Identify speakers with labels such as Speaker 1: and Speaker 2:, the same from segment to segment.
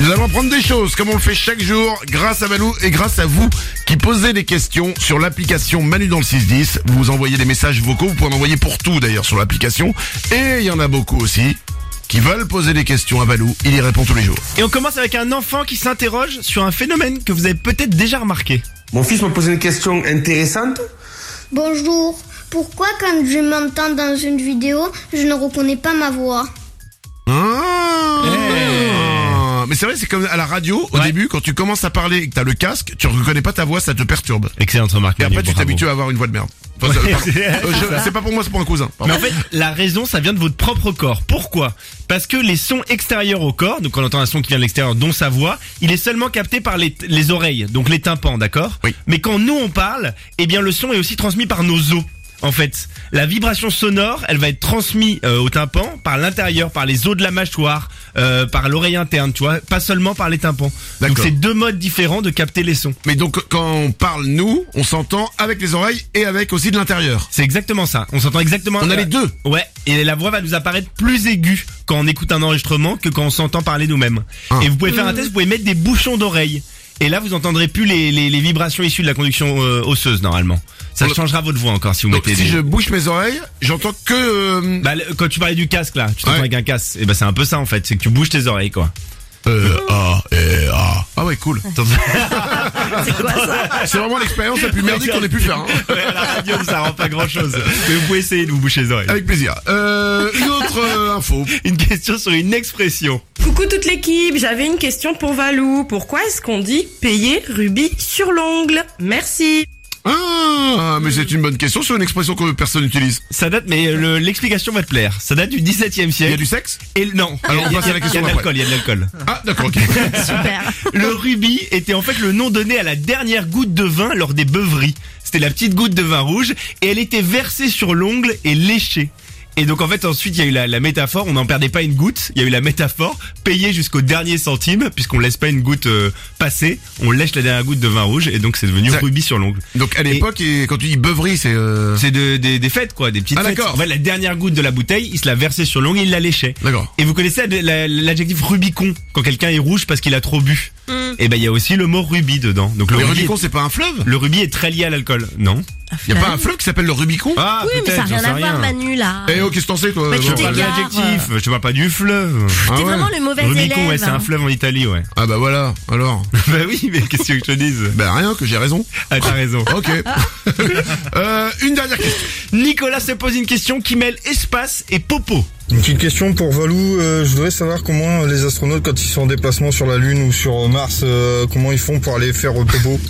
Speaker 1: Nous allons apprendre des choses comme on le fait chaque jour grâce à Malou et grâce à vous qui posez des questions sur l'application Manu dans le 610. Vous envoyez des messages vocaux, vous pouvez en envoyer pour tout d'ailleurs sur l'application. Et il y en a beaucoup aussi qui veulent poser des questions à Malou, il y répond tous les jours.
Speaker 2: Et on commence avec un enfant qui s'interroge sur un phénomène que vous avez peut-être déjà remarqué.
Speaker 3: Mon fils m'a posé une question intéressante.
Speaker 4: Bonjour, pourquoi quand je m'entends dans une vidéo, je ne reconnais pas ma voix
Speaker 1: Ah. Mais c'est vrai, c'est comme à la radio, au
Speaker 2: Eh. Ouais.
Speaker 1: début, quand tu commences à parler et que t'as le casque, tu reconnais pas ta voix, ça te perturbe.
Speaker 2: Excellente remarque.
Speaker 1: Et après,
Speaker 2: Manu,
Speaker 1: tu
Speaker 2: bravo.
Speaker 1: t'habitues à avoir une voix de merde. Enfin, ça-
Speaker 2: Ouais,
Speaker 1: pardon.
Speaker 2: c'est-
Speaker 1: Euh, je- c'est pas pour moi, c'est pour un cousin. Pardon.
Speaker 2: Mais en fait, la raison, ça vient de votre propre corps. Pourquoi Parce que les sons extérieurs au corps, donc on entend un son qui vient de l'extérieur, dont sa voix, il est seulement capté par les, les oreilles, donc les tympans, d'accord
Speaker 1: Oui.
Speaker 2: Mais quand nous on parle, eh bien le son est aussi transmis par nos os. En fait, la vibration sonore, elle va être transmise euh, au tympan par l'intérieur, par les os de la mâchoire, euh, par l'oreille interne, tu vois, pas seulement par les tympans. Donc
Speaker 1: D'accord.
Speaker 2: c'est deux modes différents de capter les sons.
Speaker 1: Mais donc quand on parle nous, on s'entend avec les oreilles et avec aussi de l'intérieur.
Speaker 2: C'est exactement ça. On s'entend exactement. euh,
Speaker 1: On a les deux.
Speaker 2: Ouais. Et la voix va nous apparaître plus aiguë quand on écoute un enregistrement que quand on s'entend parler nous-mêmes.
Speaker 1: Ah.
Speaker 2: Et vous pouvez faire un test. Vous pouvez mettre des bouchons d'oreilles. Et là, vous entendrez plus les, les, les vibrations issues de la conduction euh, osseuse normalement. Ça
Speaker 1: On a-
Speaker 2: changera votre voix encore si vous
Speaker 1: Donc
Speaker 2: mettez.
Speaker 1: si
Speaker 2: des...
Speaker 1: je bouche mes oreilles, j'entends que euh,
Speaker 2: Bah, le- quand tu parlais du casque là, tu t'entends
Speaker 1: Ouais.
Speaker 2: avec un casque. Et bah c'est un peu ça en fait. C'est que tu bouges tes oreilles quoi.
Speaker 1: euh, ah,
Speaker 2: E,
Speaker 1: eh, ah. Ah ouais cool. C'est vraiment l'expérience la plus merdique qu'on ait pu faire. hein.
Speaker 2: Ouais, à la radio, ça rend pas grand chose. Mais vous pouvez essayer de vous boucher les oreilles.
Speaker 1: Avec plaisir. Euh, une autre euh, info.
Speaker 2: Une question sur une expression.
Speaker 5: Coucou toute l'équipe, j'avais une question pour Valou. Pourquoi est-ce qu'on dit payer rubis sur l'ongle Merci.
Speaker 1: Ah mais c'est une bonne question sur une expression que personne n'utilise.
Speaker 2: Ça date, mais euh, le- l'explication va te plaire. Ça date du 17e
Speaker 1: Il y
Speaker 2: siècle.
Speaker 1: a du sexe
Speaker 2: Et le- non.
Speaker 1: Alors, Ah, on
Speaker 2: Il y a-
Speaker 1: passe à la question
Speaker 2: Il y a
Speaker 1: d'après.
Speaker 2: de l'alcool, il y a de l'alcool.
Speaker 1: Ah d'accord. ok.
Speaker 5: Super.
Speaker 2: Le rubis était en fait le nom donné à la dernière goutte de vin lors des beuveries. C'était la petite goutte de vin rouge et elle était versée sur l'ongle et léchée. Et donc en fait ensuite il y a eu la, la métaphore, on n'en perdait pas une goutte, il y a eu la métaphore payer jusqu'au dernier centime puisqu'on laisse pas une goutte euh, passer, on lèche la dernière goutte de vin rouge et donc c'est devenu
Speaker 1: Ça- Ah.
Speaker 2: rubis sur l'ongle.
Speaker 1: Donc à l'époque et quand tu dis beuverie c'est euh,
Speaker 2: C'est de- des, des fêtes quoi, des petites
Speaker 1: Ah,
Speaker 2: fêtes.
Speaker 1: d'accord.
Speaker 2: En fait la dernière goutte de la bouteille, il se la versait sur l'ongle et il la léchait.
Speaker 1: d'accord.
Speaker 2: Et vous connaissez la- l'adjectif rubicon quand quelqu'un est rouge parce qu'il a trop bu.
Speaker 6: Mm.
Speaker 2: Et ben il y a aussi le mot rubis dedans. Donc le
Speaker 1: Le
Speaker 2: rubis,
Speaker 1: Rubicon c'est pas un fleuve
Speaker 2: le rubis est très lié à l'alcool. Non.
Speaker 1: Y a pas un fleuve qui s'appelle le Rubicon
Speaker 2: Ah
Speaker 6: Oui, mais ça n'a rien à voir, Manu, là.
Speaker 1: Eh oh qu'est-ce que t'en sais toi
Speaker 6: Mais tu
Speaker 2: Je
Speaker 1: Jean
Speaker 2: te parle de
Speaker 6: t'égares.
Speaker 2: l'adjectif, je te parle pas du fleuve. Hein
Speaker 1: Ah
Speaker 6: T'es
Speaker 1: ouais.
Speaker 6: vraiment le mauvais
Speaker 2: Rubicon,
Speaker 6: élève.
Speaker 2: ouais, c'est un fleuve en Italie, ouais.
Speaker 1: Ah bah voilà, alors.
Speaker 2: bah oui, mais qu'est-ce que tu veux que je te dise
Speaker 1: Bah rien, que j'ai raison.
Speaker 2: Ah, t'as raison.
Speaker 1: Ok. euh, une dernière question.
Speaker 2: Nicolas se pose une question qui mêle espace et popo.
Speaker 7: Une petite question pour Valou. Euh, je voudrais savoir comment euh, les astronautes, quand ils sont en déplacement sur la Lune ou sur euh, Mars, euh, comment ils font pour aller faire euh, popo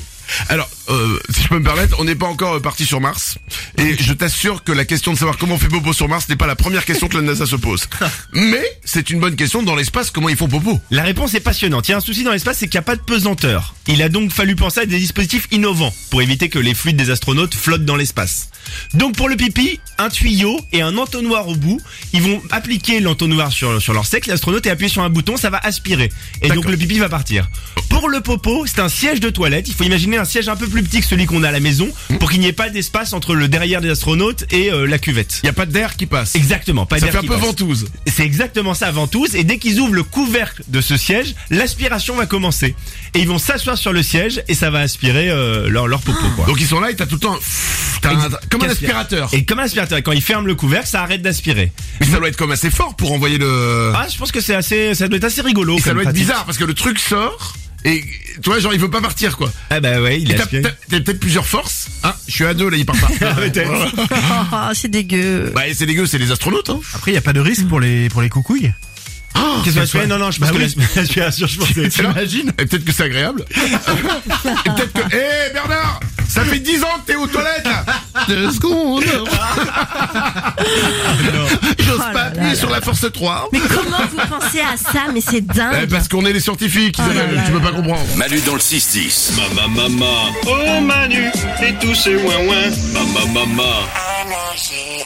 Speaker 1: Alors, euh, si je peux me permettre, on n'est pas encore euh, parti sur Mars. Et je t'assure que la question de savoir comment on fait Popo sur Mars n'est pas la première question que la NASA se pose. Mais c'est une bonne question dans l'espace, comment ils font Popo
Speaker 2: La réponse est passionnante. Il y a un souci dans l'espace, c'est qu'il n'y a pas de pesanteur. Il a donc fallu penser à des dispositifs innovants pour éviter que les fluides des astronautes flottent dans l'espace. Donc pour le pipi, un tuyau et un entonnoir au bout. Ils vont appliquer l'entonnoir sur, sur leur sexe, l'astronaute est appuyé sur un bouton, ça va aspirer. Et donc
Speaker 1: D'accord.
Speaker 2: le pipi va partir. Pour le popo, c'est un siège de toilette. Il faut imaginer un siège un peu plus petit que celui qu'on a à la maison pour qu'il n'y ait pas d'espace entre le derrière des astronautes et euh, la cuvette.
Speaker 1: Il y a pas d'air qui passe.
Speaker 2: Exactement, pas
Speaker 1: Ça
Speaker 2: d'air
Speaker 1: fait un
Speaker 2: qui
Speaker 1: peu
Speaker 2: passe.
Speaker 1: ventouse.
Speaker 2: C'est exactement ça, ventouse. Et dès qu'ils ouvrent le couvercle de ce siège, l'aspiration va commencer. Et ils vont s'asseoir sur le siège et ça va aspirer euh, leur, leur popo. Quoi.
Speaker 1: Donc ils sont là et t'as tout le temps... un- t'as un- comme un aspirateur.
Speaker 2: Et comme un aspirateur, quand ils ferment le couvercle, ça arrête d'aspirer.
Speaker 1: Mais ça doit être comme assez fort pour envoyer le...
Speaker 2: Ah, je pense que c'est assez, ça doit être assez rigolo.
Speaker 1: Et ça
Speaker 2: comme
Speaker 1: doit être
Speaker 2: pratique.
Speaker 1: bizarre parce que le truc sort et... Tu vois, genre il veut pas partir quoi.
Speaker 2: Ah bah ouais, il
Speaker 1: Et T'as
Speaker 2: aspire.
Speaker 1: t'as- t'as peut-être plusieurs forces. Ah, je suis à deux là, il part pas.
Speaker 2: Peut-être.
Speaker 6: Ah, c'est dégueu.
Speaker 1: Bah c'est dégueu, c'est les astronautes. Hein.
Speaker 8: Après, il n'y a pas de risque pour les, pour les coucouilles. Bah
Speaker 1: Ah,
Speaker 2: Qu'est-ce que l'aspiration- Non, non, je pense que l'asp- l'aspiration, je pense que c'est-
Speaker 1: T'imagines Et peut-être que c'est agréable. Et peut-être que... Hé Bernard Ça fait 10 ans que t'es aux toilettes là Deux secondes J'ose
Speaker 6: Oh
Speaker 1: pas
Speaker 6: là
Speaker 1: appuyer
Speaker 6: là
Speaker 1: sur la force 3.
Speaker 6: Mais comment vous pensez à ça Mais c'est
Speaker 1: Eh,
Speaker 6: dingue.
Speaker 1: parce qu'on est les
Speaker 6: Oh
Speaker 1: scientifiques, Isabelle, tu peux pas comprendre.
Speaker 9: Manu dans le 6-10.
Speaker 10: Mama, mama, oh Manu, et tous ces ouin-ouin. Mama, mama.
Speaker 11: Energy.